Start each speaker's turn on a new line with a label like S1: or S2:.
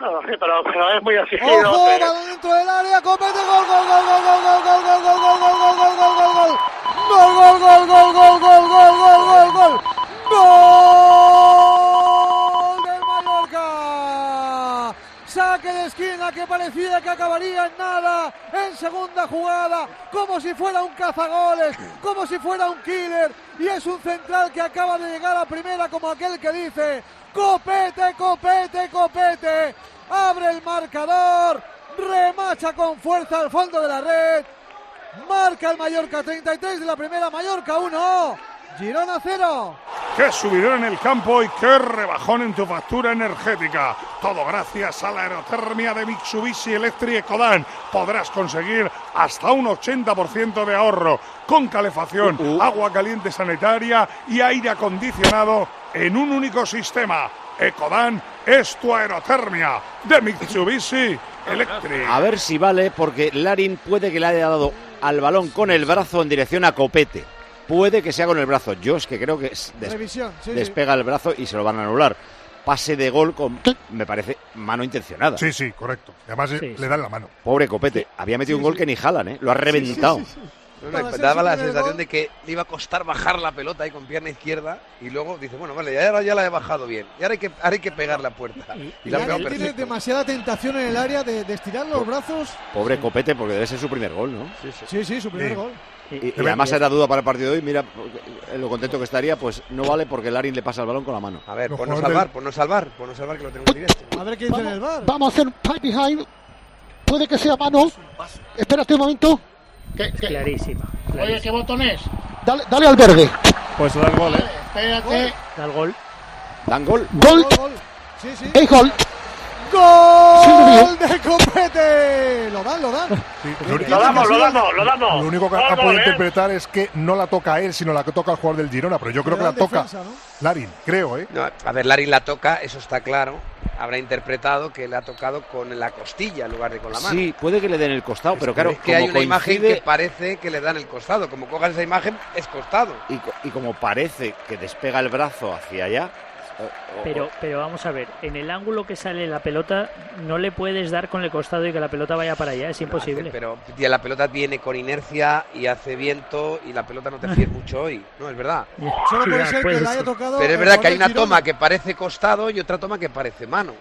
S1: No, sí, pero, pero es muy exigido.
S2: ¡Ojo!
S1: que-
S2: Balón dentro del área, comete gol, gol, gol, gol, gol, gol, gol, gol, gol, gol, gol, gol, gol, gol, gol, gol. Gol, gol, gol, gol, gol, gol, gol, gol, gol, gol. Gol del Mallorca. Saque de esquina que parecía que acabaría en nada en segunda jugada, como si fuera un cazagoles, como si fuera un killer. Y es un central que acaba de llegar a primera, como aquel que dice: Copete, copete, copete. Abre el marcador, remacha con fuerza al fondo de la red. Marca el Mallorca 33 de la primera, Mallorca 1, Girona 0.
S3: Qué subidón en el campo y qué rebajón en tu factura energética. Todo gracias a la aerotermia de Mitsubishi Electric Ecodan. Podrás conseguir hasta un 80% de ahorro con calefacción,
S1: Uh,
S3: agua caliente sanitaria y aire acondicionado en un único sistema. Ecodan es tu aerotermia de Mitsubishi Electric.
S4: A ver si vale, porque Larin puede que le haya dado al balón con el brazo en dirección a Copete. Puede que sea con el brazo. Yo es que creo que es- des-
S2: Revisión, sí, sí.
S4: despega el brazo y se lo van a anular. Pase de gol con, me parece, mano intencionada.
S3: Sí, sí, correcto. Además eh,
S5: Sí, sí.
S3: le dan la mano.
S4: Pobre Copete. Había metido
S2: Sí,
S4: un gol
S2: sí.
S4: que ni jalan, ¿eh? Lo ha reventado.
S6: No, no,
S2: Para ser
S6: daba la
S2: siempre el
S6: sensación
S2: gol.
S6: de que le iba a costar bajar la pelota ahí con pierna izquierda y luego dice, bueno, vale, ya, ahora ya la he bajado bien. Y ahora hay que, ahora hay que pegar la puerta.
S5: Y-
S6: Y la ha
S2: Ya
S6: pegado
S2: no tiene
S6: perfecto.
S2: demasiada tentación en el área de, de estirar los brazos.
S4: Pobre Copete, porque debe ser su primer gol, ¿no?
S6: Sí, sí.
S2: Sí, sí, su primer
S3: Sí.
S2: gol.
S4: Y, y además era duda para el partido de hoy. Mira, porque- lo contento que estaría, pues no vale porque Larin le pasa el balón con la mano.
S6: A ver,
S3: Los
S6: ponnos al
S3: jugadores
S6: bar, ponnos al bar, ponnos al bar que lo tenemos directo.
S2: A ver qué dice en el bar.
S7: Vamos a hacer un pipe behind. Puede que sea mano. Espérate un momento.
S8: ¿Qué, qué?
S5: Clarísima.
S8: Oye, ¿qué
S5: clarísima.
S8: botón es?
S7: Dale, dale al verde.
S5: Pues da el gol, ¿eh?
S8: Espérate.
S5: Da el gol.
S4: Dan gol.
S7: Gol.
S2: gol. Sí, sí.
S5: Eh.
S7: Hey, gol.
S2: ¡Gol de Copete! Lo dan, lo dan.
S3: Sí,
S2: Lo
S3: lo único-
S1: Lo damos, lo damos, lo damos.
S3: Lo único que
S1: Gol,
S3: ha
S1: gol,
S3: podido
S1: ¿eh?
S3: interpretar es que no la toca él, sino la que toca el jugador del Girona, pero yo creo
S2: Le
S3: que
S2: da
S3: la toca
S2: defensa, ¿no?
S3: Larin, creo, ¿eh?
S6: No, a ver, Larin la toca, eso está claro. Habrá interpretado que le ha tocado con la costilla en lugar de con la mano.
S4: Sí, puede que le den el costado, pero claro,
S6: es que hay una
S4: como
S6: imagen
S4: coincide-
S6: que parece que le dan el costado. Como cojas esa imagen, es costado.
S4: y, co- y como parece que despega el brazo hacia allá. o- o-
S5: Pero, pero vamos a ver, en el ángulo que sale la pelota, no le puedes dar con el costado y que la pelota vaya para allá, es imposible.
S6: Pero tía, la pelota viene con inercia y hace viento y la pelota no te fíes mucho hoy. No, es verdad.
S2: Solo puede
S5: Sí,
S2: ser
S5: puede
S2: que le haya
S5: ser.
S2: tocado.
S6: Pero es
S2: el
S6: verdad
S2: gol
S6: que hay
S2: de
S6: una
S2: Girona.
S6: toma que parece costado y otra toma que parece mano.